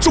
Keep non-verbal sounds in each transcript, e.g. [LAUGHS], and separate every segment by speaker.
Speaker 1: 足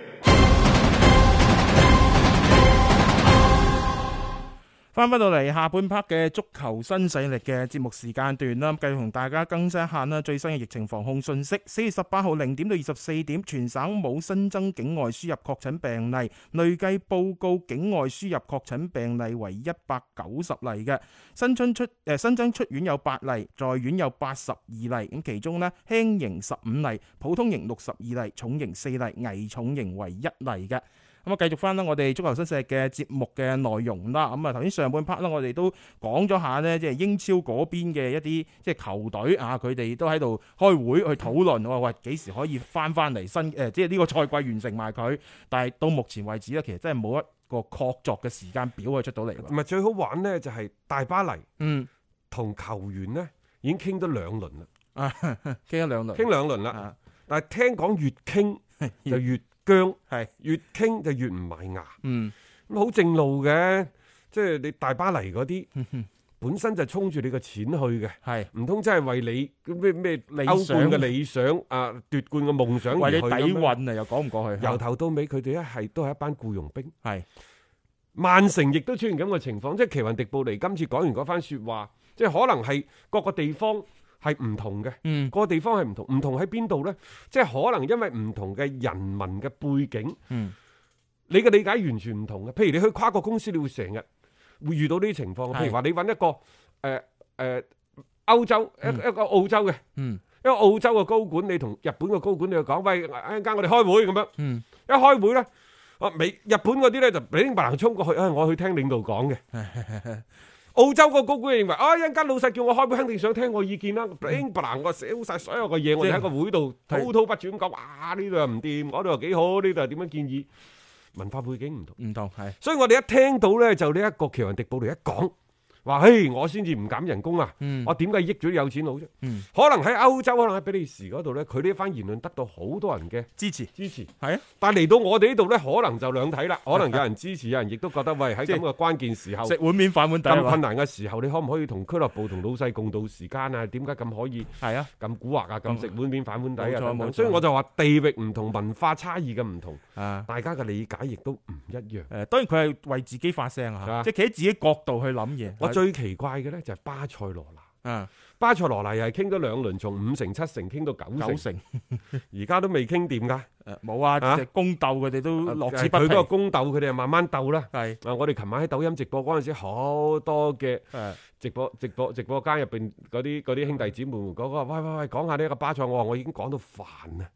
Speaker 2: 翻返到嚟下半 part 嘅足球新勢力嘅節目時間段啦，繼續同大家更新一下啦最新嘅疫情防控信息。四月十八號零點到二十四點，全省冇新增境外輸入確診病例，累計報告境外輸入確診病例為一百九十例嘅。新增出誒、呃、新增出院有八例，在院有八十二例，咁其中呢，輕型十五例，普通型六十二例，重型四例，危重型為一例嘅。咁啊，繼續翻啦，我哋足球新勢力嘅節目嘅內容啦。咁啊，頭先上半 part 啦，我哋都講咗下呢，即係英超嗰邊嘅一啲即係球隊啊，佢哋都喺度開會去討論，話喂幾時可以翻翻嚟新誒，即係呢個賽季完成埋佢。但係到目前為止咧，其實真係冇一個確鑿嘅時間表啊出到嚟啦
Speaker 3: 唔。係最好玩呢，就係、大巴黎
Speaker 2: 嗯，
Speaker 3: 同球員呢已經傾咗兩輪啦，
Speaker 2: 啊， [LAUGHS] 傾一兩輪，
Speaker 3: 傾兩輪啦。
Speaker 2: 啊，
Speaker 3: 但係聽講越傾
Speaker 2: 越
Speaker 3: 就越僵，
Speaker 2: 係，
Speaker 3: 越傾就越唔埋牙。
Speaker 2: 嗯，
Speaker 3: 咁好正路嘅，即係你大巴黎嗰啲
Speaker 2: 嗯哼
Speaker 3: 本身就衝住你個錢去嘅。
Speaker 2: 係。
Speaker 3: 唔通真係為你咩咩
Speaker 2: 理
Speaker 3: 歐
Speaker 2: 想
Speaker 3: 冠嘅理想啊，奪冠嘅夢想而
Speaker 2: 為
Speaker 3: 去
Speaker 2: 你底
Speaker 3: 咁樣
Speaker 2: 運啊，又講唔過去。
Speaker 3: 由頭到尾，佢哋一係都係一班僱傭兵。
Speaker 2: 係
Speaker 3: 曼城亦都出現咁嘅情況，即係奇雲迪布尼今次講完嗰番説話，即係可能係各個地方係唔同嘅，
Speaker 2: 嗯
Speaker 3: 個地方係唔同，唔同喺邊度呢？即係可能因為唔同嘅人民嘅背景，
Speaker 2: 嗯
Speaker 3: 你嘅理解完全唔同嘅。譬如你去跨國公司，你會成日會遇到呢啲情況，
Speaker 2: 係
Speaker 3: 譬如話你揾一個誒誒歐洲一一個澳洲嘅。
Speaker 2: 嗯
Speaker 3: 因為澳洲嘅高管，你同日本嘅高管，你就講喂，一陣間我哋開會咁樣。
Speaker 2: 嗯，
Speaker 3: 一開會咧，啊美日本嗰啲咧就零白能衝過去，啊我去聽領導
Speaker 2: [LAUGHS]
Speaker 3: 講嘅。澳洲個高官認為，啊一陣間老細叫我開會，肯定想聽我意見啦。零白能我寫好晒所有嘅嘢，我哋喺個會度滔
Speaker 2: 係
Speaker 3: 滔不絕咁講，哇呢度又唔掂，嗰度又幾好，呢度又點樣建議，文化背景唔同。
Speaker 2: 唔同係
Speaker 3: 所以我哋一聽到咧，就呢一個奇雲迪布尼一講，話嘿，我先至唔減人工啊！
Speaker 2: 嗯
Speaker 3: 我點解益咗啲有錢佬啫？
Speaker 2: 嗯
Speaker 3: 可能喺歐洲，可能喺比利時嗰度咧，佢呢一番言論得到好多人嘅
Speaker 2: 支持
Speaker 3: 支持。
Speaker 2: 係啊，
Speaker 3: 但係嚟到我哋呢度咧，可能就兩
Speaker 2: [LAUGHS]
Speaker 3: 睇啦。可能有人支持，有人亦都覺得喂喺
Speaker 2: 即係
Speaker 3: 咁嘅關鍵時候。
Speaker 2: 食碗面反碗底啊
Speaker 3: 咁啊
Speaker 2: 係
Speaker 3: 困
Speaker 2: 嘛？
Speaker 3: 難嘅時候，你可唔可以同俱樂部同老細共度時間啊？點解咁可以
Speaker 2: 係啊，
Speaker 3: 咁蠱惑啊？咁食碗面反碗底
Speaker 2: 冇錯
Speaker 3: 啊？等
Speaker 2: 冇錯
Speaker 3: 等所以我就話地域唔同，文化差異嘅唔同，
Speaker 2: 啊。
Speaker 3: 大家嘅理解亦都唔一樣。
Speaker 2: 誒，當然佢係為自己發聲啊，
Speaker 3: 啊
Speaker 2: 即係企喺自己角度去諗嘢。
Speaker 3: 我最奇怪嘅呢就係巴塞羅那，
Speaker 2: 啊
Speaker 3: 巴塞羅那又係傾咗兩輪，從五成七成傾到九
Speaker 2: 九
Speaker 3: 成，
Speaker 2: 成
Speaker 3: [LAUGHS] 而家都未傾掂㗎。
Speaker 2: 誒冇啊，
Speaker 3: 啊
Speaker 2: 即係宮鬥佢哋都樂此不
Speaker 3: 佢嗰個
Speaker 2: 疲。
Speaker 3: 公鬥，佢哋係慢慢鬥啦。
Speaker 2: 係
Speaker 3: 啊！我哋琴晚喺抖音直播嗰陣時，好多嘅
Speaker 2: 誒
Speaker 3: 直播直播直播間入邊嗰啲嗰啲兄弟姊妹們講話，喂喂喂，講下呢個巴塞，我話我已經講到煩啦，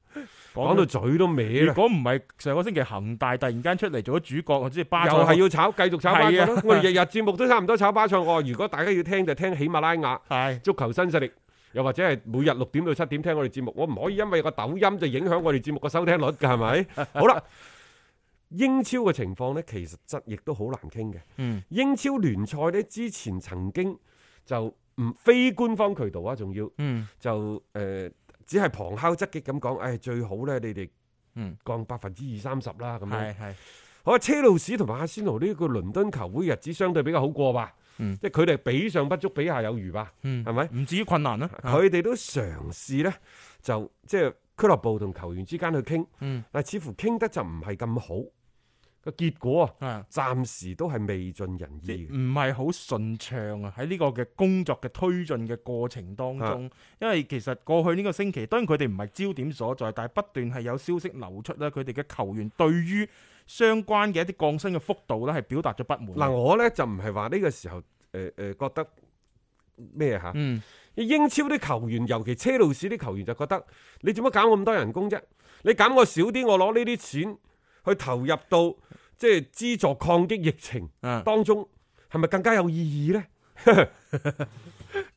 Speaker 3: 講
Speaker 2: 講
Speaker 3: 到
Speaker 2: 到
Speaker 3: 嘴都歪
Speaker 2: 如
Speaker 3: 啦，
Speaker 2: 果唔係上個星期恒大突然間出嚟做咗主角，我知巴
Speaker 3: 又
Speaker 2: 塞
Speaker 3: 係要炒，繼續炒巴塞
Speaker 2: 係啊
Speaker 3: 啦。我哋日日節目都差唔多炒巴塞，我話如果大家要聽就聽喜馬拉雅。
Speaker 2: 係
Speaker 3: 足球新勢力，又或者係每日六點到七點聽我哋節目，我唔可以因為個抖音就影響我哋節目個收聽率㗎，係
Speaker 2: [LAUGHS]
Speaker 3: 咪？好啦，英超嘅情況呢，其實質亦都好難傾嘅。
Speaker 2: 嗯
Speaker 3: 英超聯賽呢，之前曾經就唔非官方渠道啊，仲要
Speaker 2: 嗯
Speaker 3: 就誒、呃只係旁敲側擊咁講，誒、最好呢，你哋
Speaker 2: 嗯
Speaker 3: 降百分之二三十啦咁樣
Speaker 2: 係。係
Speaker 3: 好啦，車路士同埋阿仙奴呢個倫敦球會日子相對比較好過吧，
Speaker 2: 嗯
Speaker 3: 即係佢哋比上不足，比下有餘吧，
Speaker 2: 嗯
Speaker 3: 係咪？
Speaker 2: 唔至於困難啦。啊
Speaker 3: 佢哋都嘗試呢，就即係俱樂部同球員之間去傾，
Speaker 2: 嗯
Speaker 3: 但係似乎傾得就唔係咁好，個結果啊，
Speaker 2: 啊
Speaker 3: 暫時都係未盡人
Speaker 2: 即
Speaker 3: 意
Speaker 2: 係
Speaker 3: 嘅。
Speaker 2: 唔係好順暢啊！喺呢個嘅工作嘅推進嘅過程當中，因為其實過去呢個星期，當然佢哋唔係焦點所在，但係不斷係有消息流出咧，佢哋嘅球員對於相關嘅一啲降薪嘅幅度咧，係表達咗不滿。
Speaker 3: 嗱，，我呢就唔係話呢個時候誒誒、呃呃覺得咩嚇，
Speaker 2: 嗯，
Speaker 3: 英超啲球員，尤其車路士啲球員就覺得你做乜減我咁多人工啫？你減我少啲，我攞呢啲錢去投入到即係資助抗擊疫情
Speaker 2: 啊
Speaker 3: 當中，係咪更加有意義呢？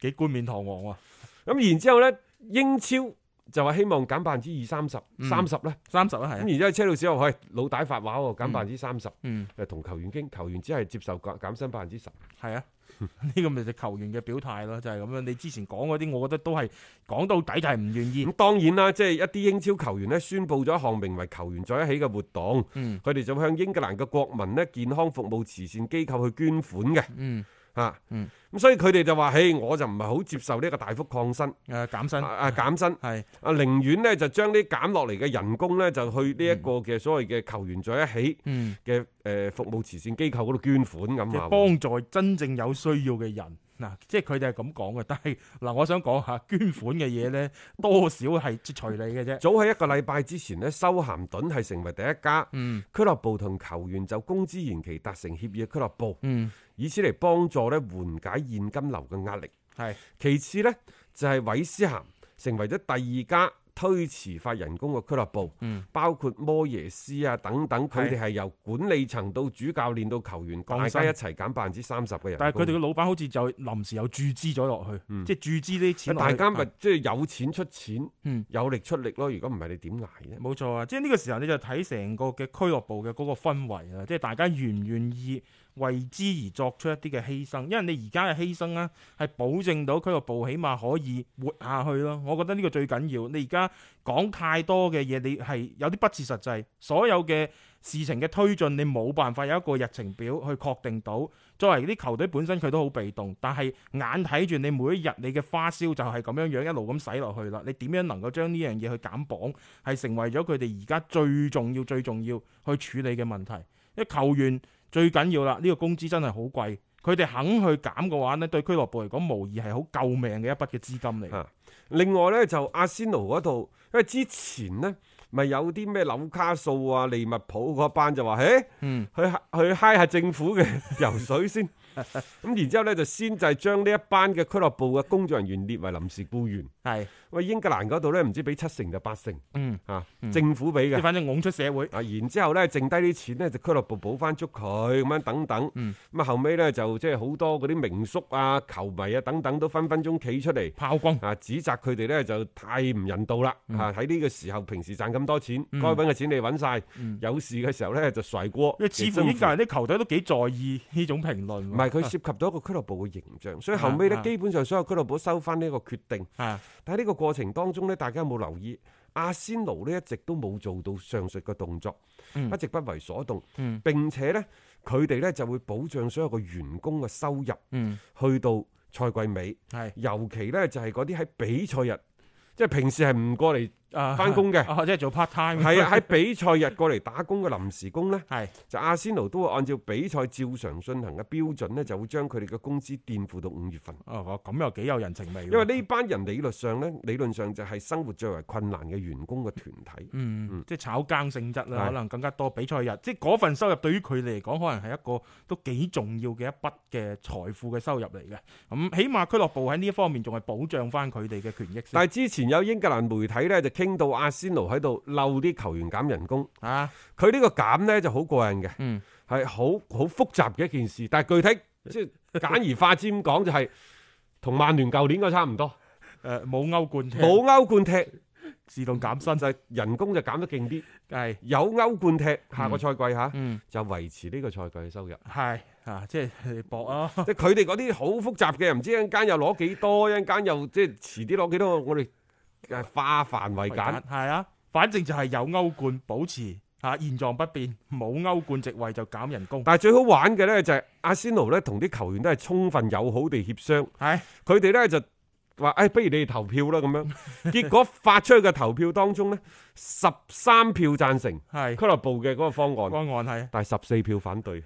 Speaker 2: 幾冠冕堂皇啊，
Speaker 3: 咁然之後呢，英超就話希望減百分之二三十、
Speaker 2: 嗯
Speaker 3: 三十咧。
Speaker 2: 三十啊
Speaker 3: 咁
Speaker 2: 係啊，
Speaker 3: 然之後車路士話：，喂，老大發話喎，減百分之三十。
Speaker 2: 嗯
Speaker 3: 誒同球員傾，球員只係接受減減薪百分之十。
Speaker 2: 係啊。呢個咪就球員嘅表態咯，就係咁樣。你之前講嗰啲，我覺得都係講到底就係唔願意
Speaker 3: 咁。當然啦，即係一啲英超球員呢，宣布咗一項名為「球員在一起」嘅活動，
Speaker 2: 嗯
Speaker 3: 佢哋就會向英格蘭嘅國民呢健康服務慈善機構去捐款嘅。
Speaker 2: 嗯，
Speaker 3: 啊，
Speaker 2: 嗯
Speaker 3: 咁所以佢哋就話：，嘿，我就唔係好接受呢個大幅降薪，
Speaker 2: 誒減
Speaker 3: 啊
Speaker 2: 薪
Speaker 3: 啊減薪，
Speaker 2: 係
Speaker 3: 啊寧願呢就將啲減落嚟嘅人工呢，就去呢一個嘅所謂嘅球員在一起
Speaker 2: 嗯，
Speaker 3: 嘅誒、呃服務慈善機構嗰度捐款
Speaker 2: 即
Speaker 3: 咁
Speaker 2: 係
Speaker 3: 啊。
Speaker 2: 幫助真正有需要嘅人。嗱，即係佢哋係咁講嘅，但係嗱，我想講下 [LAUGHS] 捐款嘅嘢咧，多少係隨你嘅啫。
Speaker 3: 早喺一個禮拜之前呢，修咸頓係成為第一家
Speaker 2: 嗯
Speaker 3: 俱樂部同球員就工資延期達成協議嘅俱樂部，
Speaker 2: 嗯，
Speaker 3: 以此嚟幫助呢緩解現金流嘅壓力。
Speaker 2: 係
Speaker 3: 其次呢，就係、韋斯咸成為咗第二家推遲發人工嘅俱樂部，
Speaker 2: 嗯
Speaker 3: 包括摩耶斯啊等等，
Speaker 2: 係
Speaker 3: 佢哋係由管理層到主教練到球員，
Speaker 2: 降
Speaker 3: 大
Speaker 2: 薪
Speaker 3: 家一齊減百分之三十嘅人工。
Speaker 2: 但係佢哋嘅老闆好似就臨時又注資咗落去，即係注資啲錢落
Speaker 3: 大
Speaker 2: 去。啊
Speaker 3: 家咪即嗯係有錢出錢，
Speaker 2: 嗯
Speaker 3: 有力出力咯。如果唔係，你點捱啫？
Speaker 2: 冇錯啊！即係呢個時候你就睇成個嘅俱樂部嘅嗰個氛圍啊，即係大家願唔願意為之而作出一啲嘅犧牲，因為你而家嘅犧牲咧係保證到俱樂部起碼可以活下去咯。我覺得呢個最緊要。你而家講太多嘅嘢，你係有啲不切實際。所有嘅事情嘅推進，你冇辦法有一個日程表去確定到。作為啲球隊本身佢都好被動，但係眼睇住你每一日你嘅花銷就係咁樣樣一路咁使落去啦。你點樣能夠將呢樣嘢去減磅？係成為咗佢哋而家最重要、最重要去處理嘅問題。因為球員最緊要啦，呢、個工資真係好貴，佢哋肯去減嘅話呢對俱樂部嚟講，無疑係好救命嘅一筆嘅資金嚟。
Speaker 3: 啊另外呢，就阿仙奴嗰度，因為之前呢咪有啲咩紐卡素啊、利物浦嗰班就話，誒，
Speaker 2: 嗯
Speaker 3: 去去嗨下政府嘅游
Speaker 2: [LAUGHS]
Speaker 3: 水先。咁然之後呢，就先就係將呢一班嘅俱樂部嘅工作人員列為臨時僱員。
Speaker 2: 係，
Speaker 3: 喂，英格蘭嗰度呢，唔知俾七成就八成
Speaker 2: 嗯，
Speaker 3: 啊，政府俾
Speaker 2: 即係
Speaker 3: 嘅。
Speaker 2: 反正拱出社會，
Speaker 3: 啊，然之後呢，剩低啲錢呢，就俱樂部補翻足佢咁樣等等。咁啊、
Speaker 2: 嗯
Speaker 3: 後尾呢，就即係好多嗰啲名宿啊、球迷啊等等都分分鐘企出嚟。
Speaker 2: 炮轟。
Speaker 3: 啊指責佢哋咧就太唔人道啦！
Speaker 2: 嗯
Speaker 3: 啊喺呢個時候，平時賺咁多錢，該揾嘅錢你揾晒，有事嘅時候咧就甩鍋。
Speaker 2: 嗯因為似乎
Speaker 3: 亦
Speaker 2: 英
Speaker 3: 真
Speaker 2: 格蘭啲球隊都幾在意呢種評論
Speaker 3: 唔
Speaker 2: 喎。
Speaker 3: 係佢涉及到一個俱樂部嘅形象，所以後尾
Speaker 2: 啊
Speaker 3: 咧
Speaker 2: 啊
Speaker 3: 基本上所有俱樂部都收翻呢個決定。
Speaker 2: 啊，
Speaker 3: 但係呢個過程當中咧，大家有冇留意？阿仙奴呢一直都冇做到上述嘅動作，
Speaker 2: 嗯
Speaker 3: 一直不為所動。
Speaker 2: 嗯
Speaker 3: 並且呢，佢哋呢就會保障所有嘅員工嘅收入，
Speaker 2: 嗯，
Speaker 3: 去到賽季尾。
Speaker 2: 係
Speaker 3: 尤其呢，就係嗰啲喺比賽日，即係平時係唔過嚟
Speaker 2: 啊
Speaker 3: 返
Speaker 2: [LAUGHS]
Speaker 3: 工嘅
Speaker 2: 啊即係做 part time。[LAUGHS]
Speaker 3: 係啊，喺比賽日過嚟打工嘅臨時工呢，
Speaker 2: 係
Speaker 3: 就阿仙奴都會按照比賽照常進行嘅標準呢，就會將佢哋嘅工資墊付到五月份。
Speaker 2: 哦，咁又幾有人情味喎。
Speaker 3: 因為呢班人理論上呢，理論上就係生活最為困難嘅員工嘅團體。
Speaker 2: 嗯，即係炒更性質啦，
Speaker 3: 係
Speaker 2: 可能更加多比賽日，即係嗰份收入對於佢嚟講，可能係一個都幾重要嘅一筆嘅財富嘅收入嚟嘅。咁、起碼俱樂部喺呢一方面仲係保障翻佢哋嘅權益先
Speaker 3: 但係之前有英格蘭媒體呢，就傾到阿仙奴喺度嬲啲球員減人工，
Speaker 2: 啊。
Speaker 3: 佢呢個減呢就好過癮嘅，
Speaker 2: 嗯
Speaker 3: 係好好複雜嘅一件事。但係
Speaker 2: [LAUGHS]
Speaker 3: 具體即係簡而化之咁講，就係同曼聯舊年嗰差唔多，
Speaker 2: 誒冇歐冠踢，
Speaker 3: 冇歐冠踢
Speaker 2: 自動減薪
Speaker 3: 就係人工就減得勁啲。
Speaker 2: 係
Speaker 3: 有歐冠踢下個賽季嚇，
Speaker 2: 嗯
Speaker 3: 就維持呢個賽季嘅收入。
Speaker 2: 係啊，即係搏啊，
Speaker 3: 即係佢哋嗰啲好複雜嘅，唔知一陣間又攞幾多，一陣間又即係遲啲攞幾多，我哋誒化繁為簡。
Speaker 2: 係啊，反正就係有歐冠保持嚇、啊、現狀不變，冇歐冠席位就減人工，
Speaker 3: 但係最好玩嘅咧就係阿仙奴咧同啲球員都係充分友好地協商，
Speaker 2: 係
Speaker 3: 佢哋咧就話誒、哎不如你哋投票啦咁樣。結果發出去嘅投票當中咧，十三票贊成
Speaker 2: 係
Speaker 3: 俱樂部嘅嗰個方案，
Speaker 2: 方案係。
Speaker 3: 但係十四票反對，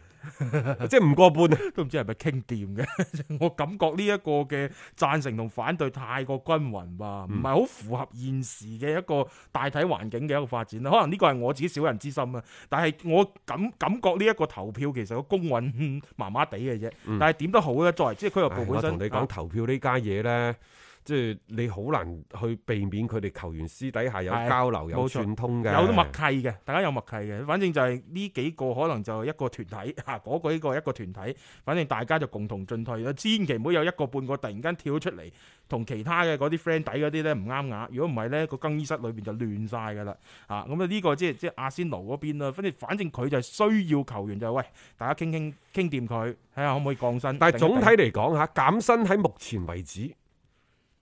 Speaker 3: 即係唔過半啊！
Speaker 2: [LAUGHS] 都唔知係咪傾掂嘅， [LAUGHS] 我感覺呢一個嘅贊成同反對太過均勻吧，唔
Speaker 3: 嗯
Speaker 2: 係好符合現時嘅一個大體環境嘅一個發展啦。可能呢個係我自己小人之心啊，但係我感感覺呢一個投票其實個公嗯允麻麻地嘅啫。但係點都好咧，作為即係俱樂
Speaker 3: 嗯唉
Speaker 2: 部本
Speaker 3: 我
Speaker 2: 身，
Speaker 3: 同你講
Speaker 2: 啊
Speaker 3: 投票呢家嘢呢，即係你好難去避免佢哋球員私底下有
Speaker 2: 係
Speaker 3: 交流、有
Speaker 2: 冇錯
Speaker 3: 串通嘅，
Speaker 2: 有都默契嘅，大家有默契嘅。反正就係呢幾個可能就一個團體 [LAUGHS] 嚇，嗰、個呢個一個團體，反正大家就共同進退啦。千祈唔好有一個半個突然間跳出嚟，同其他嘅嗰啲 friend 底嗰啲咧唔啱眼。如果唔係咧，個更衣室裏邊就亂晒㗎啦嚇。啊咁啊呢個即係即係阿仙奴嗰邊啦。反正反正佢就係需要球員就係喂，大家傾傾傾掂佢，睇下可唔可以降薪。
Speaker 3: 但係總體
Speaker 2: 頂一頂
Speaker 3: 嚟講嚇，減薪喺目前為止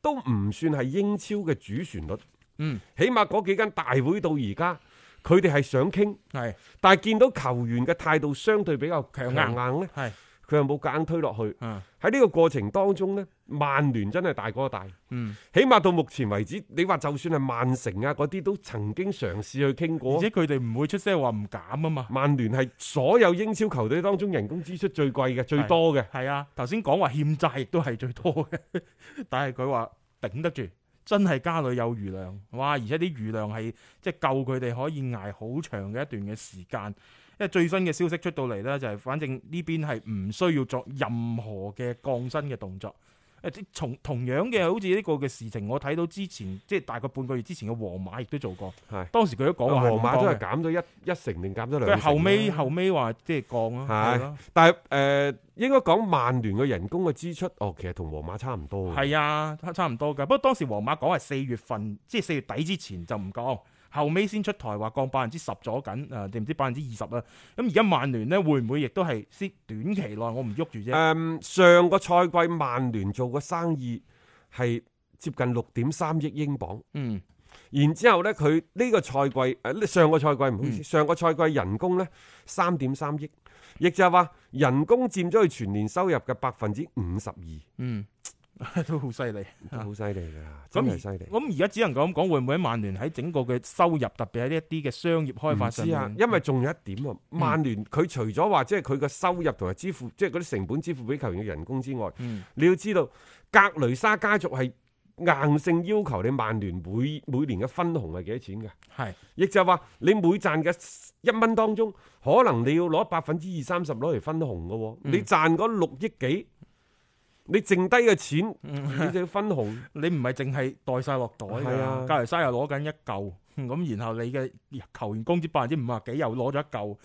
Speaker 3: 都唔算係英超嘅主旋律。
Speaker 2: 嗯，
Speaker 3: 起碼嗰幾間大會到而家，佢哋係想傾，
Speaker 2: 係
Speaker 3: 但係見到球員嘅態度相對比較強
Speaker 2: 強硬
Speaker 3: 硬咧，
Speaker 2: 係
Speaker 3: 佢又冇夾硬推落去。
Speaker 2: 嗯
Speaker 3: 喺呢個過程當中呢，曼聯真係大哥大，
Speaker 2: 嗯。
Speaker 3: 起碼到目前為止，你話就算係曼城啊嗰啲都曾經嘗試去傾
Speaker 2: 而
Speaker 3: 過
Speaker 2: 且。佢哋唔會出聲話唔減啊嘛。
Speaker 3: 曼聯係所有英超球隊當中人工支出最貴嘅、最多嘅。
Speaker 2: 係啊，頭先講話欠債亦都係最多嘅， [LAUGHS] 但係佢話頂得住，真係家裏有餘糧，哇！而且啲餘糧係即係夠佢哋可以捱好長嘅一段嘅時間。因為最新嘅消息出到嚟呢，就係、反正呢邊係唔需要作任何嘅降薪嘅動作。誒，即從同樣嘅好似呢個嘅事情，我睇到之前即係大概半個月之前嘅皇馬亦都做過，
Speaker 3: 係
Speaker 2: 當時佢都講話
Speaker 3: 皇馬都
Speaker 2: 係
Speaker 3: 係
Speaker 2: 咁
Speaker 3: 減咗一一成定減咗
Speaker 2: 講
Speaker 3: 兩
Speaker 2: 嘅佢
Speaker 3: 成。
Speaker 2: 後尾後尾話即係降咯，係
Speaker 3: 係
Speaker 2: 咯。
Speaker 3: 但係誒、呃，應該講曼聯嘅人工嘅支出，哦，其實同皇馬差唔多嘅。
Speaker 2: 係啊，差差唔多噶。不過當時皇馬講係四月份，即係四月底之前就唔降，後尾先出台話降百分之十咗緊，啊定唔知百分之二十啦。咁而家曼聯呢，會唔會亦都係先短期內我唔喐住啫？
Speaker 3: 誒、上個賽季曼聯做嘅生意係接近六點三億英鎊，
Speaker 2: 嗯，
Speaker 3: 然之後呢，佢呢個賽季誒、呢上個賽季唔好意思，上個賽季人工呢三點三億，亦就係話人工佔咗佢全年收入嘅百分之五十二，
Speaker 2: 嗯， [LAUGHS] 都好犀利。
Speaker 3: 都好犀利㗎，真
Speaker 2: 咁
Speaker 3: 係
Speaker 2: 而
Speaker 3: 犀利。
Speaker 2: 咁而家只能夠咁講，會唔會喺曼聯喺整個嘅收入，特別係呢一啲嘅商業開發
Speaker 3: 唔
Speaker 2: 上
Speaker 3: 知啊
Speaker 2: 面，，
Speaker 3: 因為仲有一點啊，曼聯佢除咗話即係佢個收入同埋支付，即係嗰啲成本支付俾球員嘅人工之外，
Speaker 2: 嗯
Speaker 3: 你要知道格雷沙家族係硬性要求你曼聯每每年嘅分紅係幾多錢嘅，
Speaker 2: 係
Speaker 3: 亦就係話你每賺嘅一蚊當中，可能你要攞百分之二三十攞嚟分紅嘅喎，你賺嗰六億幾，你剩低嘅錢你就要分紅。
Speaker 2: 你唔係淨係袋晒落袋
Speaker 3: 係
Speaker 2: 㗎，
Speaker 3: 啊
Speaker 2: 格雷沙又攞緊一嚿， [LAUGHS] 咁然後你嘅球員工資百分之五啊幾又攞咗一嚿，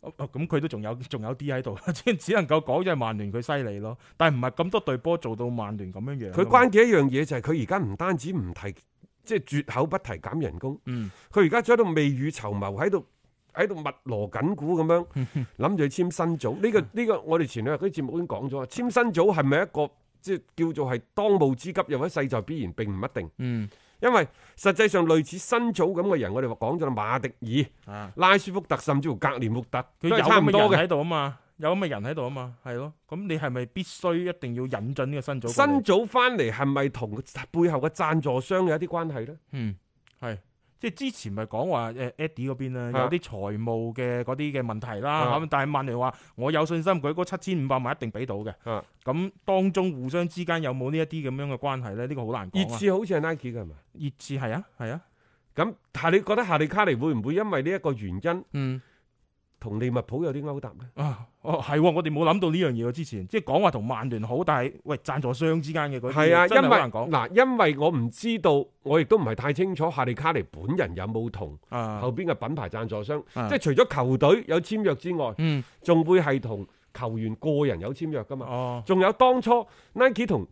Speaker 2: 哦哦咁佢都仲有 [LAUGHS] 仲有啲喺度，即係只能夠講就係曼聯佢犀利咯，但係唔係咁多隊波做到曼聯咁樣樣。
Speaker 3: 佢關鍵一樣嘢就係佢而家唔單止唔提，即係絕口不提減人工。
Speaker 2: 嗯
Speaker 3: 佢而家仲喺度未雨綢繆，喺度喺度密鑼緊鼓咁樣諗住去簽新組。呢、個呢、個我哋前兩日嗰啲節目已經講咗，簽新組係咪一個即係叫做係當務之急，又或者勢在必然？並唔一定，
Speaker 2: 嗯
Speaker 3: 因為實際上類似新組咁嘅人，我哋話講咗啦，馬迪爾
Speaker 2: 啊、
Speaker 3: 拉舒福特，甚至乎格連福特，
Speaker 2: 佢
Speaker 3: 嗯都
Speaker 2: 有
Speaker 3: 係差
Speaker 2: 咁
Speaker 3: 唔
Speaker 2: 嘅
Speaker 3: 多
Speaker 2: 人
Speaker 3: 嘅。
Speaker 2: 喺度啊嘛，有咁嘅人喺度啊嘛，係咯，咁你係咪必須一定要引進呢個新組過嚟？
Speaker 3: 新組翻嚟係咪同背後嘅贊助商有一啲關係呢？
Speaker 2: 嗯，係，即係之前咪講話誒 Eddie 嗰邊咧
Speaker 3: 啊
Speaker 2: 有啲財務嘅嗰啲嘅問題啦，
Speaker 3: 啊
Speaker 2: 咁但係曼聯話我有信心佢嗰七千五百萬一定俾到嘅，
Speaker 3: 啊
Speaker 2: 咁當中互相之間有冇呢一啲咁樣嘅關係咧？呢個好難
Speaker 3: 熱
Speaker 2: 講啊。
Speaker 3: 刺好似係 Nike 嘅係咪？
Speaker 2: 熱刺係啊，係啊，
Speaker 3: 咁但係你覺得夏利卡尼會唔會因為呢一個原因
Speaker 2: 嗯
Speaker 3: 同利物浦有啲勾搭呢？
Speaker 2: 啊，哦係喎，我哋冇諗到呢樣嘢喎，之前即係講話同曼聯好，但係喂贊助商之間嘅嗰啲
Speaker 3: 係啊，
Speaker 2: 嘢真
Speaker 3: 因
Speaker 2: 係
Speaker 3: 為
Speaker 2: 好難講
Speaker 3: 嗱，因為我唔知道，我亦都唔係太清楚夏利卡尼本人有冇同
Speaker 2: 啊，
Speaker 3: 後邊嘅品牌贊助商，
Speaker 2: 啊
Speaker 3: 即係除咗球隊有簽約之外，
Speaker 2: 嗯
Speaker 3: 仲會係同球員個人有簽約噶嘛？
Speaker 2: 哦
Speaker 3: 仲有當初 Nike 同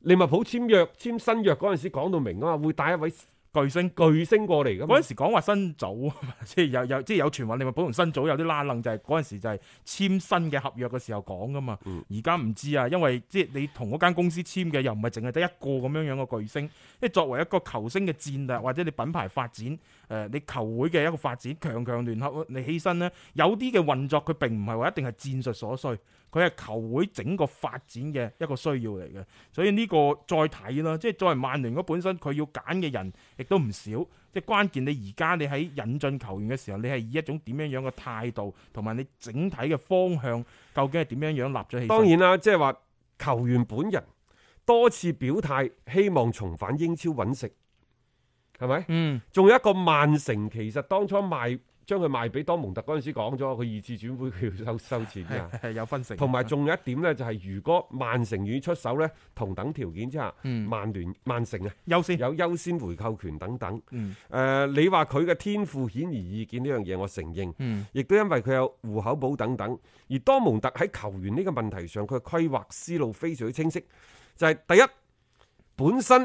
Speaker 3: 利物浦簽約簽新約嗰陣時講到明啊嘛，會帶一位
Speaker 2: 巨星。
Speaker 3: 巨星過嚟噶嘛
Speaker 2: 嗰陣？時講話新組啊嘛， [LAUGHS] 即係有有即係有傳聞利物浦同新組有啲拉楞，就係嗰陣時就係簽新嘅合約嘅時候講噶嘛。而家唔知啊，因為即係你同嗰間公司簽嘅又唔係淨係得一個咁樣樣嘅巨星，即係作為一個球星嘅戰略或者你品牌發展，誒、你球會嘅一個發展強強聯合你起身呢，有啲嘅運作佢並唔係話一定係戰術所需，佢係球會整個發展嘅一個需要嚟嘅。所以呢個再睇啦，即係作為曼聯嗰本身佢要揀嘅人亦都唔少，即係關鍵你而家你喺引進球員嘅時候，你係以一種點樣樣嘅態度，同埋你整體嘅方向究竟係點樣樣立咗起身？
Speaker 3: 當然啦，即係話球員本人多次表態希望重返英超揾食，係咪？
Speaker 2: 嗯，
Speaker 3: 仲有一個曼城，其實當初賣將佢賣俾多蒙特嗰陣時講咗，佢二次轉會佢
Speaker 2: [LAUGHS]
Speaker 3: 要收收錢㗎。
Speaker 2: 係有分成，
Speaker 3: 同埋仲有一點呢，就係、如果曼城願意出手呢，同等條件之下，
Speaker 2: 嗯
Speaker 3: 曼聯、曼城啊
Speaker 2: 優先，
Speaker 3: 有優先回購權等等。誒、
Speaker 2: 嗯
Speaker 3: 你話佢嘅天賦顯而易見呢樣嘢，我承認，
Speaker 2: 嗯
Speaker 3: 亦都因為佢有户口簿等等。而多蒙特喺球員呢個問題上，佢嘅規劃思路非常之清晰，就係、第一，本身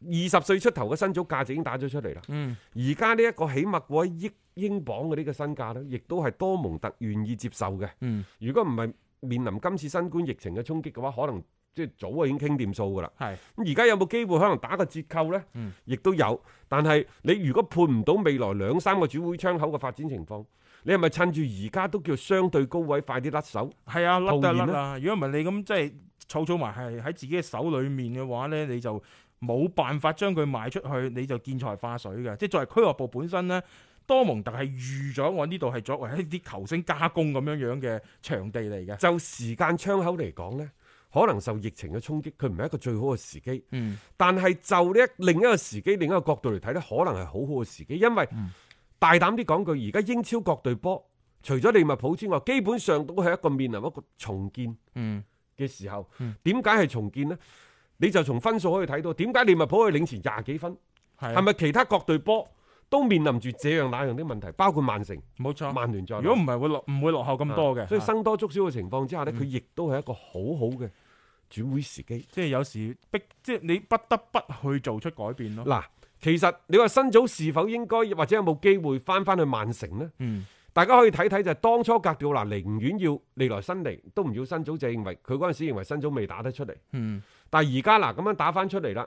Speaker 3: 二十歲出頭嘅新組價值已經打咗出嚟啦。
Speaker 2: 嗯
Speaker 3: 而家呢一個起碼過一億英鎊嘅呢個身價呢，亦都係多蒙特願意接受嘅。
Speaker 2: 嗯，
Speaker 3: 如果唔係面臨今次新冠疫情嘅衝擊嘅話，可能即係早已經傾掂數㗎啦。
Speaker 2: 係
Speaker 3: 咁而家有冇機會可能打個折扣呢？
Speaker 2: 嗯
Speaker 3: 亦都有，但係你如果判唔到未來兩三個轉會窗口嘅發展情況，你係咪趁住而家都叫相對高位快啲甩手？
Speaker 2: 係啊，甩得
Speaker 3: 導
Speaker 2: 甩
Speaker 3: 演呢
Speaker 2: 啦。如果唔係你咁即係儲儲埋係喺自己嘅手裏面嘅話咧，你就冇辦法將佢賣出去，你就見財化水嘅。即係作為俱樂部本身咧。多蒙特係預咗我呢度係作為一啲球星加工咁樣樣嘅場地嚟嘅，
Speaker 3: 就時間窗口嚟講呢，可能受疫情嘅衝擊，佢唔係一個最好嘅時機。
Speaker 2: 嗯，
Speaker 3: 但係就呢一另一個時機、另一個角度嚟睇呢，可能係好好嘅時機，因為
Speaker 2: 嗯
Speaker 3: 大膽啲講句，而家英超各隊波除咗利物浦之外，基本上都係一個面臨一個重建
Speaker 2: 嗯
Speaker 3: 嘅時候
Speaker 2: 嗯。
Speaker 3: 點解係重建呢？你就從分數可以睇到，點解利物浦可以領前廿幾分？
Speaker 2: 係
Speaker 3: 係
Speaker 2: 啊
Speaker 3: 咪其他各隊波都面臨住這樣那樣的問題？包括曼城、
Speaker 2: 冇錯。
Speaker 3: 曼聯在內
Speaker 2: 啊如果唔係會落唔會落後咁多嘅，
Speaker 3: 啊所以
Speaker 2: 啊
Speaker 3: 生多足少嘅情況之下呢，
Speaker 2: 嗯
Speaker 3: 佢亦都係一個好好嘅轉會時機。
Speaker 2: 即係有時逼，即係你不得不去做出改變咯。
Speaker 3: 嗱，其實你話新組是否應該或者有冇機會翻翻去曼城呢？
Speaker 2: 嗯
Speaker 3: 大家可以睇睇就係當初格調嗱，寧願要利來新嚟，都唔要新組，就係認為佢嗰陣時認為新組未打得出嚟。
Speaker 2: 嗯
Speaker 3: 但係而家嗱咁樣打翻出嚟啦，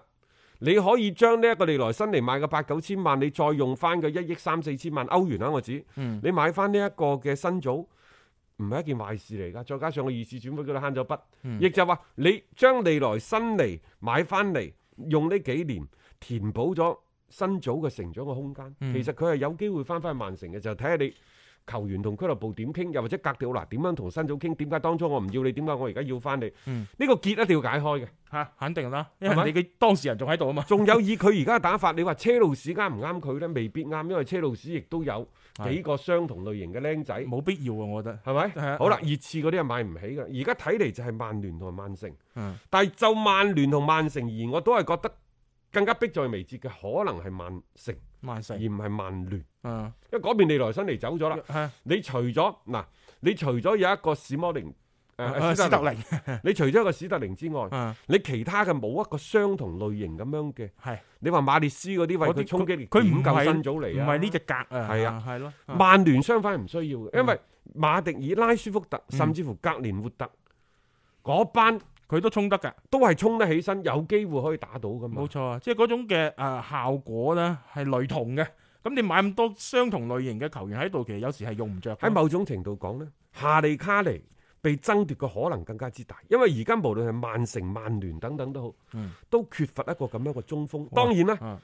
Speaker 3: 你可以將呢一個利來新嚟買嘅八九千萬，你再用翻嘅一億三四千萬歐元啊啦，我指
Speaker 2: 嗯，
Speaker 3: 你買翻呢一個嘅新組，唔係一件壞事嚟噶。再加上個二次轉會嗰度慳咗筆，
Speaker 2: 嗯
Speaker 3: 亦就話你將利來新嚟買翻嚟，用呢幾年填補咗新組嘅成長嘅空間。
Speaker 2: 嗯
Speaker 3: 其實佢係有機會翻返去曼城嘅，就睇下你球員同俱樂部點傾，又或者格調嗱點樣同新組傾。點解當初我唔要你？點解我而家要翻你？呢、
Speaker 2: 嗯
Speaker 3: 個結一定要解開嘅。
Speaker 2: 吓肯定啦，因為
Speaker 3: 係咪
Speaker 2: 你嘅當事人仲喺度啊嘛。
Speaker 3: 仲有以佢而家嘅打法，你話車路士啱唔啱佢呢？未必啱，因為車路士亦都有幾個相同類型嘅僆仔。
Speaker 2: 冇必要啊，我覺得。
Speaker 3: 係咪
Speaker 2: 係啊？
Speaker 3: 好啦，
Speaker 2: 係
Speaker 3: 熱刺嗰啲係買唔起嘅。而家睇嚟就係曼聯同埋曼城，
Speaker 2: 嗯
Speaker 3: 但係就曼聯同曼城而言，我都係覺得更加迫在眉睫嘅，可能係曼城
Speaker 2: 曼
Speaker 3: 而
Speaker 2: 城，
Speaker 3: 唔係曼聯，
Speaker 2: 嗯，
Speaker 3: 因為嗰邊利萊辛尼走咗啦。
Speaker 2: 係
Speaker 3: 你除咗嗱，你除咗有一個史摩寧。
Speaker 2: 啊
Speaker 3: 誒
Speaker 2: 斯特，靈，
Speaker 3: 寧你除咗一個史特靈之外，
Speaker 2: 嗯
Speaker 3: 你其他嘅冇一個相同類型咁樣嘅。
Speaker 2: 係
Speaker 3: 你話馬列斯嗰啲為
Speaker 2: 嗰啲
Speaker 3: 佢衝擊力
Speaker 2: 佢
Speaker 3: 點
Speaker 2: 唔
Speaker 3: 夠
Speaker 2: 係
Speaker 3: 新組
Speaker 2: 唔
Speaker 3: 嚟啊？
Speaker 2: 係呢只格啊，
Speaker 3: 係啊，
Speaker 2: 係咯，啊
Speaker 3: 曼聯相反唔需要嘅，因
Speaker 2: 嗯
Speaker 3: 為馬迪爾、拉舒福特，
Speaker 2: 嗯
Speaker 3: 甚至乎格連活特嗰班
Speaker 2: 佢都衝得㗎，
Speaker 3: 都係衝得起身，有機會可以打到噶嘛
Speaker 2: 冇。錯啊，即係嗰種嘅誒效果咧係雷同嘅。咁你買咁多相同類型嘅球員喺度，其實有時係用唔着㗎。
Speaker 3: 喺某種程度講呢，夏利卡尼被爭奪嘅可能更加之大，因為而家無論係曼城、曼聯等等都好，
Speaker 2: 嗯
Speaker 3: 都缺乏一個咁樣嘅中鋒。
Speaker 2: 哇
Speaker 3: 當然啦，
Speaker 2: 啊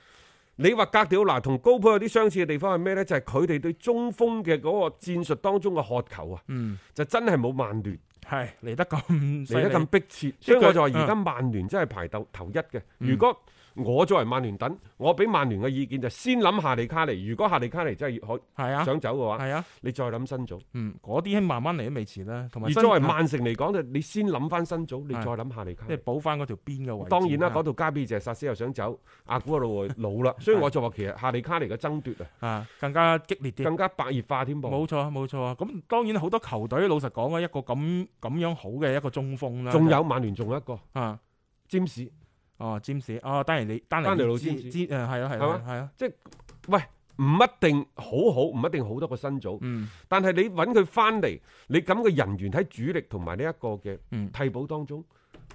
Speaker 3: 你話格調拿同高普有啲相似嘅地方係咩呢？就係佢哋對中鋒嘅嗰個戰術當中嘅渴求啊，
Speaker 2: 嗯，
Speaker 3: 就真係冇曼聯
Speaker 2: 係嚟得 [LAUGHS] 咁犀
Speaker 3: 嚟得
Speaker 2: 利
Speaker 3: 咁迫切，
Speaker 2: 即
Speaker 3: 所
Speaker 2: 係
Speaker 3: 以我
Speaker 2: 佢啊
Speaker 3: 就話而家曼聯真係排頭頭一嘅。
Speaker 2: 嗯
Speaker 3: 如果我作為曼聯等，我俾曼聯嘅意見就先諗夏利卡尼。如果夏利卡尼真係可
Speaker 2: 係啊，
Speaker 3: 想走嘅話，
Speaker 2: 係啊。
Speaker 3: 你再諗新組。
Speaker 2: 嗯，嗰啲慢慢嚟都未遲啦，同埋
Speaker 3: 而
Speaker 2: 新啊
Speaker 3: 作為曼城嚟講就你先諗翻新組，你
Speaker 2: 係
Speaker 3: 再諗夏利卡
Speaker 2: 即
Speaker 3: 尼
Speaker 2: 係。補翻嗰條邊嘅位置。
Speaker 3: 當然啦，
Speaker 2: 啊
Speaker 3: 嗰度加比謝薩斯又想走，阿古路老啦，所以我就話其實夏利卡尼嘅爭奪啊，
Speaker 2: 啊更加激烈啲。
Speaker 3: 更加白熱化添噃。
Speaker 2: 冇錯冇錯，咁當然好多球隊老實講啊，一個咁咁樣好嘅一個中鋒啦。
Speaker 3: 仲有曼聯仲有一個
Speaker 2: 啊，
Speaker 3: 詹士，
Speaker 2: 哦，詹士，哦，丹尼利，丹
Speaker 3: 丹尼
Speaker 2: 利
Speaker 3: 路
Speaker 2: 詹
Speaker 3: 詹士
Speaker 2: 詹誒係啊係
Speaker 3: 係
Speaker 2: 啊
Speaker 3: 嘛
Speaker 2: 係啊，
Speaker 3: 唔一定好好，唔一定好得過新組。
Speaker 2: 嗯
Speaker 3: 但係你揾佢翻嚟，你咁嘅人員喺主力同埋呢一個嘅
Speaker 2: 嗯，
Speaker 3: 替補當中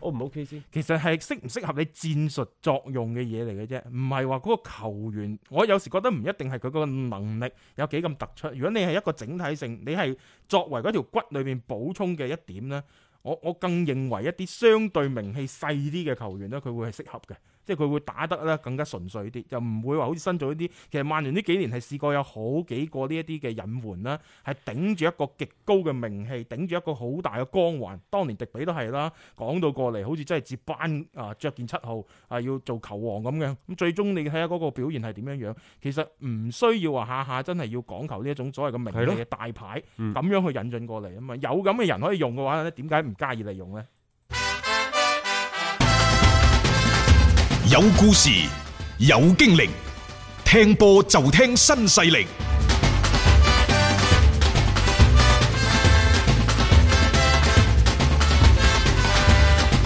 Speaker 3: ，O 唔 OK 先？
Speaker 2: 其實係適唔適合你戰術作用嘅嘢嚟嘅啫，唔係話嗰個球員，我有時覺得唔一定係佢個能力有幾咁突出。如果你係一個整體性，你係作為嗰條骨裏面補充嘅一點呢，我我更認為一啲相對名氣細啲嘅球員呢，佢會係適合嘅。即係佢會打得咧更加純粹啲，就唔會話好似新造呢啲。其實曼聯呢幾年係試過有好幾個呢一啲嘅引援啦，係頂住一個極高嘅名氣，頂住一個好大嘅光環。當年迪比都係啦，講到過嚟好似真係接班啊，着件七號啊，要做球王咁樣。咁最終你睇下嗰個表現係點樣樣，其實唔需要話下下真係要講求呢一種所謂嘅名
Speaker 3: 係咯
Speaker 2: 氣嘅大牌咁、
Speaker 3: 嗯
Speaker 2: 樣去引進過嚟啊嘛。有咁嘅人可以用嘅話咧，點解唔加以利用呢？
Speaker 1: 有故事，有經歷，聽波就聽新勢力。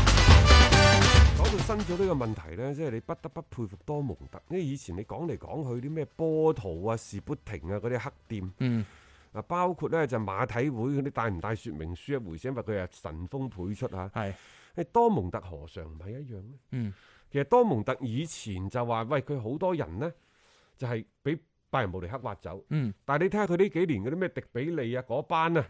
Speaker 3: 講到新組呢個問題呢，即係你不得不佩服多蒙特，因為以前你講嚟講去啲咩波圖啊、士砵亭啊嗰啲黑店，
Speaker 2: 嗯，
Speaker 3: 啊包括呢就馬體會嗰啲帶唔帶說明書一回事，因為佢係神風輩出嚇。
Speaker 2: 係
Speaker 3: 誒多蒙特何嘗唔係一樣呢？
Speaker 2: 嗯，
Speaker 3: 其實多蒙特以前就話喂佢好多人呢，就係俾拜仁慕尼黑挖走，
Speaker 2: 嗯，
Speaker 3: 但係你睇下佢呢幾年嗰啲咩迪比利啊嗰班啊，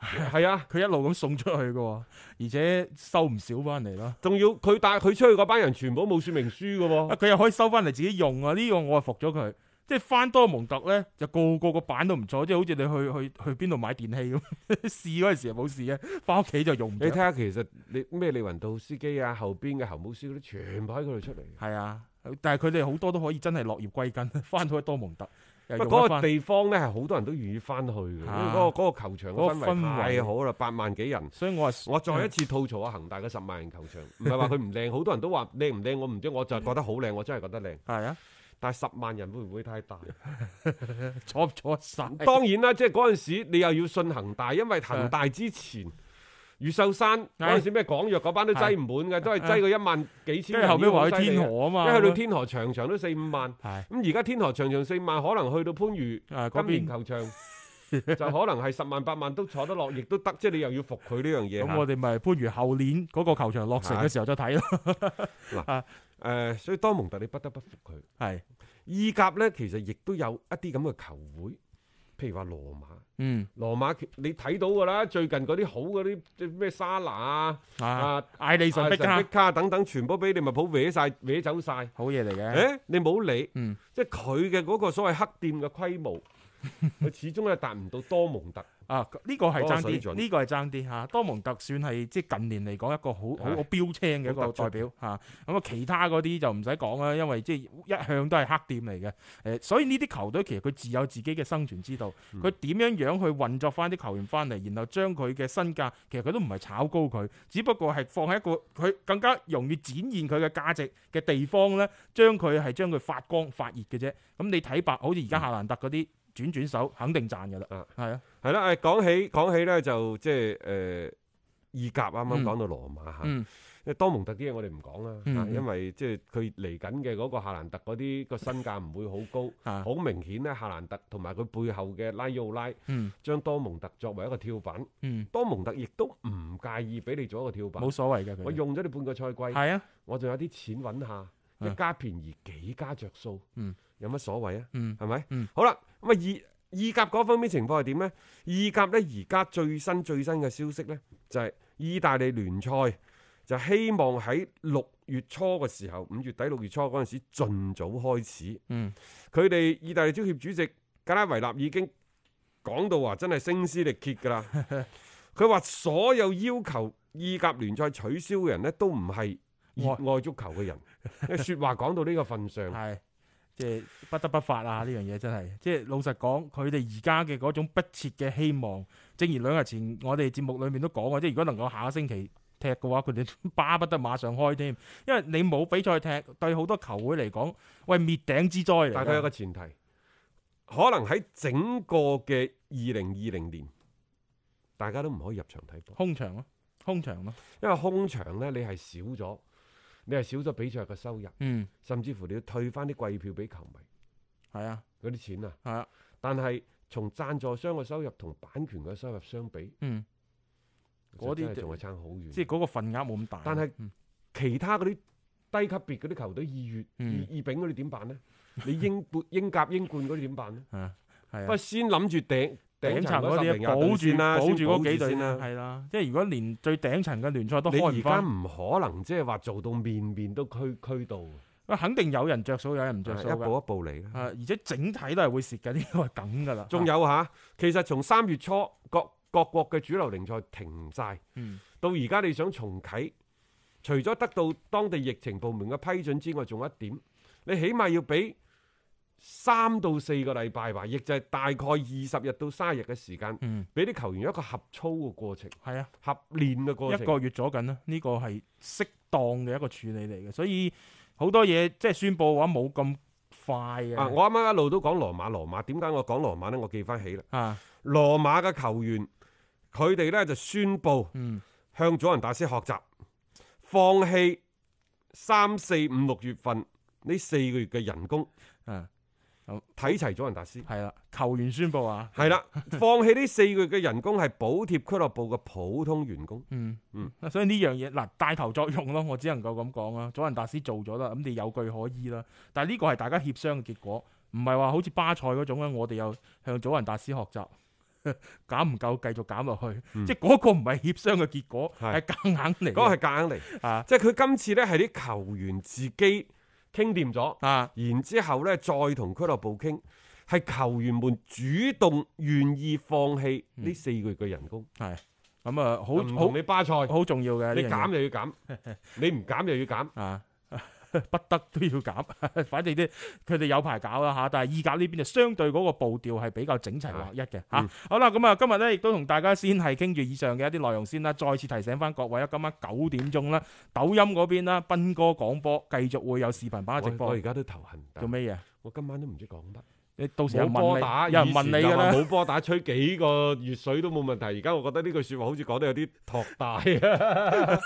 Speaker 3: 係啊。
Speaker 2: 佢一路咁送出去嘅喎，而且收唔少翻嚟啦。
Speaker 3: 仲要佢帶佢出去嗰班人全部都冇說明書嘅喎、
Speaker 2: 啊，佢又可以收翻嚟自己用啊！呢、個我係服咗佢。即係翻多蒙特咧，就個個個板都唔錯，即係好似你去去去邊度買電器咁， [LAUGHS] 試嗰陣時係冇事嘅，翻屋企就用唔
Speaker 3: 你睇
Speaker 2: 着。
Speaker 3: 下其實你咩利雲道司機啊，後邊嘅侯姆斯嗰啲全部喺佢度出嚟。
Speaker 2: 係啊，但係佢哋好多都可以真係落葉歸根， [LAUGHS] 翻到去多蒙特又
Speaker 3: 不
Speaker 2: 用
Speaker 3: 過
Speaker 2: 得
Speaker 3: 嗰個
Speaker 2: 翻。
Speaker 3: 地方咧係好多人都願意翻去嘅，因為
Speaker 2: 啊
Speaker 3: 嗰個嗰個球場
Speaker 2: 嗰
Speaker 3: 嘅氛
Speaker 2: 個氛圍嗯
Speaker 3: 圍太好啦，八萬幾人。
Speaker 2: 所以我係
Speaker 3: 我再一次吐槽啊，恒大嘅十萬人球場，唔係話佢唔靚，好多人
Speaker 2: [LAUGHS]
Speaker 3: 都話靚唔靚，我唔知，我就係覺得好靚，我真係覺得靚。
Speaker 2: 係啊，
Speaker 3: 但係十萬人會唔會太大？
Speaker 2: 坐唔坐晒？
Speaker 3: [LAUGHS] 當然啦，即係嗰陣時你又要信恒大，因為恒大之前越秀山嗰陣時咩廣藥嗰班都擠唔滿嘅，都係擠過一萬幾
Speaker 2: 跟住
Speaker 3: 千人。
Speaker 2: 後尾話
Speaker 3: 已經好
Speaker 2: 去
Speaker 3: 犀利
Speaker 2: 天
Speaker 3: 啦
Speaker 2: 河啊嘛，
Speaker 3: 一去到天河場場都四五萬，
Speaker 2: 係
Speaker 3: 咁而家天河場場四五萬，可能去到番禺
Speaker 2: 啊嗰
Speaker 3: 金
Speaker 2: 邊
Speaker 3: 年
Speaker 2: [LAUGHS]
Speaker 3: 球場就可能係十萬八萬都坐得落，亦都得，即係你又要服佢呢樣嘢
Speaker 2: 咁我
Speaker 3: 嚇。
Speaker 2: 哋咪番禺後年嗰個球場落成嘅時候再睇咯。
Speaker 3: 誒，所以多蒙特你不得不服佢。
Speaker 2: 係，
Speaker 3: 意甲咧其實亦都有一啲咁嘅球會，譬如話羅馬，
Speaker 2: 嗯
Speaker 3: 羅馬其你睇到㗎啦，最近嗰啲好嗰啲即係咩沙拿啊、
Speaker 2: 啊，
Speaker 3: 啊、
Speaker 2: 艾利
Speaker 3: 啊
Speaker 2: 神碧
Speaker 3: 神
Speaker 2: 卡
Speaker 3: 碧卡等等，全部俾利物浦搲晒、搲走晒。
Speaker 2: 好嘢嚟嘅，
Speaker 3: 誒，你冇理，
Speaker 2: 嗯
Speaker 3: 即係佢嘅嗰個所謂黑店嘅規
Speaker 2: [LAUGHS]
Speaker 3: 模，佢始終係達唔到多蒙特。
Speaker 2: 啊，呢個係
Speaker 3: 嗰個
Speaker 2: 爭
Speaker 3: 水準
Speaker 2: 啲，呢個係爭啲嚇。多蒙特算係即係近年嚟講一個好好
Speaker 3: 係
Speaker 2: 好標青嘅一
Speaker 3: 好
Speaker 2: 個
Speaker 3: 突出
Speaker 2: 代表嚇。咁啊，其他嗰啲就唔使講啦，因為即係一向都係黑店嚟嘅。誒，所以呢啲球隊其實佢自有自己嘅生存之道，
Speaker 3: 嗯
Speaker 2: 佢點樣樣去運作翻啲球員翻嚟，然後將佢嘅身價，其實佢都唔係炒高佢，只不過係放喺一個佢更加容易展現佢嘅價值嘅地方咧，將佢係將佢發光發熱嘅啫。咁你睇白，好似而家夏蘭特嗰啲轉轉手，肯定賺㗎啦
Speaker 3: 嗯啊。
Speaker 2: 係啊，
Speaker 3: 係啦，誒講起講起咧就即係誒意甲啱啱講到羅馬嚇，因
Speaker 2: 嗯。
Speaker 3: 為多蒙特啲嘢我哋唔講啦，
Speaker 2: 嗯
Speaker 3: 嚇因為即係佢嚟緊嘅嗰個夏蘭特嗰啲個身價唔會好高，
Speaker 2: 啊
Speaker 3: 好明顯咧夏蘭特同埋佢背後嘅拉奧拉
Speaker 2: 嗯
Speaker 3: 將多蒙特作為一個跳板，
Speaker 2: 嗯，
Speaker 3: 多蒙特亦都唔介意俾你做一個跳板
Speaker 2: 冇。所謂嘅佢哋。
Speaker 3: 我用咗你半個賽季，
Speaker 2: 係啊，
Speaker 3: 我仲有啲錢揾下，
Speaker 2: 嗯
Speaker 3: 一家便宜幾家着數，
Speaker 2: 嗯
Speaker 3: 有乜所謂啊？
Speaker 2: 嗯
Speaker 3: 係咪？
Speaker 2: 嗯
Speaker 3: 好啦，咁啊意意甲嗰方面情況係點呢？意甲呢，而家最新最新嘅消息呢，就係、意大利聯賽就希望喺六月初嘅時候，五月底六月初嗰陣時，盡早開始。
Speaker 2: 嗯，
Speaker 3: 佢哋意大利足協主席加拉維納已經講到話，真係聲嘶力竭
Speaker 2: [LAUGHS]
Speaker 3: 㗎啦。佢話所有要求意甲聯賽取消嘅人呢，都唔係熱愛足球嘅
Speaker 2: [LAUGHS]
Speaker 3: 人。因為説話講到呢個份上，
Speaker 2: 係即係不得不發啊！呢樣嘢真係，即係老實講，佢哋而家嘅嗰種不切嘅希望，正如兩日前我哋節目裡面都講過，即係如果能夠下個星期踢嘅話，佢哋 [LAUGHS] 巴不得馬上開添，因為你冇比賽踢，對好多球會嚟講，喂滅頂之災嚟㗎。
Speaker 3: 但係佢有個前提，可能喺整個嘅二零二零年，大家都唔可以入場睇波，
Speaker 2: 空場咯，空場咯，
Speaker 3: 因為空場呢，你係少咗，你係少咗比賽嘅收入，
Speaker 2: 嗯，
Speaker 3: 甚至乎你要退翻啲季票俾球迷
Speaker 2: 係啊，
Speaker 3: 嗰啲錢啊。
Speaker 2: 係啊，
Speaker 3: 但係從贊助商嘅收入同版權嘅收入相比，
Speaker 2: 嗯，嗰啲
Speaker 3: 就真係仲係差好
Speaker 2: 即係
Speaker 3: 遠。
Speaker 2: 嗰個份額冇咁大。
Speaker 3: 但係
Speaker 2: 嗯
Speaker 3: 其他嗰啲低級別嗰啲球隊二月、二
Speaker 2: 嗯
Speaker 3: 二丙嗰啲點辦呢？你英冠、英甲、英冠嗰啲點辦呢？
Speaker 2: 係啊，係
Speaker 3: 不
Speaker 2: 啊
Speaker 3: 過，先諗住頂
Speaker 2: 頂層嗰
Speaker 3: 十
Speaker 2: 啲
Speaker 3: 名有隊先啦，
Speaker 2: 保住保
Speaker 3: 先
Speaker 2: 住嗰幾隊
Speaker 3: 先啦。
Speaker 2: 係啦，即係如果連最頂層嘅聯賽都
Speaker 3: 你
Speaker 2: 開
Speaker 3: 而
Speaker 2: 唔
Speaker 3: 家
Speaker 2: 翻，
Speaker 3: 唔可能即係話做到面面都區區到，
Speaker 2: 喂肯定有人着數，有人唔着數
Speaker 3: 一
Speaker 2: 㗎。
Speaker 3: 步一步嚟啦。
Speaker 2: 啊，而且整體都係會蝕嘅，呢個係梗㗎啦。
Speaker 3: 仲有嚇，其實從三月初各各國嘅主流聯賽停晒，
Speaker 2: 嗯
Speaker 3: 到而家你想重啟，除咗得到當地疫情部門嘅批准之外，仲有一點，你起碼要俾三到四個禮拜吧，亦就係大概二十日到三十日嘅時間，
Speaker 2: 嗯，
Speaker 3: 俾啲球員有一個合操嘅過程、
Speaker 2: 係啊。
Speaker 3: 合練嘅過
Speaker 2: 一
Speaker 3: 程。
Speaker 2: 個月左緊啦，呢、個係適當嘅一個處理嚟嘅，所以好多嘢即係宣佈嘅話冇咁快嘅。
Speaker 3: 啊！我啱啱一路都講羅馬，羅馬點解我講羅馬呢？我記翻起啦，
Speaker 2: 啊，
Speaker 3: 羅馬嘅球員佢哋呢就宣布
Speaker 2: 嗯，
Speaker 3: 向祖雲達斯學習，放棄三四五六月份呢四個月嘅人工，
Speaker 2: 啊，
Speaker 3: 睇齊祖雲達斯。
Speaker 2: 係啦，球員宣佈啊，[LAUGHS]
Speaker 3: 係啦，放棄呢四個月嘅人工係補貼俱樂部嘅普通員工。
Speaker 2: 嗯
Speaker 3: 嗯，
Speaker 2: 所以呢樣嘢嗱帶頭作用咯，我只能夠咁講啊啦。祖雲達斯做咗啦，咁你有據可依啦。但係呢個係大家協商嘅結果，唔係話好似巴塞嗰種咧，我哋又向祖雲達斯學習。減唔夠，繼續減落去，即係嗰個唔係協商嘅結果，
Speaker 3: 係
Speaker 2: 係夾硬嚟嘅。
Speaker 3: 嗰個係夾硬嚟，
Speaker 2: 啊
Speaker 3: 即係佢今次呢係啲球員自己傾掂咗，
Speaker 2: 啊，
Speaker 3: 然之後呢再同俱樂部傾，係球員們主動願意放棄呢四個月嘅人工，
Speaker 2: 係咁啊，嗯好
Speaker 3: 唔
Speaker 2: 好
Speaker 3: 同你巴塞，
Speaker 2: 好重要嘅呢
Speaker 3: 你
Speaker 2: 樣嘢
Speaker 3: 減又
Speaker 2: [LAUGHS]
Speaker 3: 要減，你唔減又要減。
Speaker 2: 啊。 [LAUGHS] 不得都要減， [LAUGHS] 反正啲佢哋有排搞啦嚇，但係意甲呢邊就相對嗰個步調係比較整齊劃一嘅嚇。
Speaker 3: 嗯
Speaker 2: 好啦，咁啊今日咧亦都同大家先係傾住以上嘅一啲內容先啦，再次提醒翻各位啊，今晚九點鐘啦，抖音嗰邊啦，斌哥廣播繼續會有視頻版嘅直
Speaker 3: 我我
Speaker 2: 播
Speaker 3: 而，家都頭痕，
Speaker 2: 做咩嘢？
Speaker 3: 我今晚都唔知講乜。
Speaker 2: 你到時有
Speaker 3: 冇
Speaker 2: 人
Speaker 3: 波
Speaker 2: 問
Speaker 3: 打，
Speaker 2: 你，有人問你
Speaker 3: 以前
Speaker 2: 㗎
Speaker 3: 就話
Speaker 2: 啦。
Speaker 3: 冇波打吹幾個月水都冇問題。而家我覺得呢句説話好似講得有啲托大啊！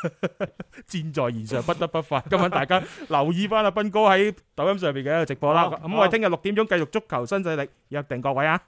Speaker 2: 箭在弦上，不得不發。今 [LAUGHS] 晚大家留意翻阿斌哥喺抖音上邊嘅一個直播啦。
Speaker 3: 好
Speaker 2: 咁我哋聽日六點鐘繼續足球新勢力，約定各位啊！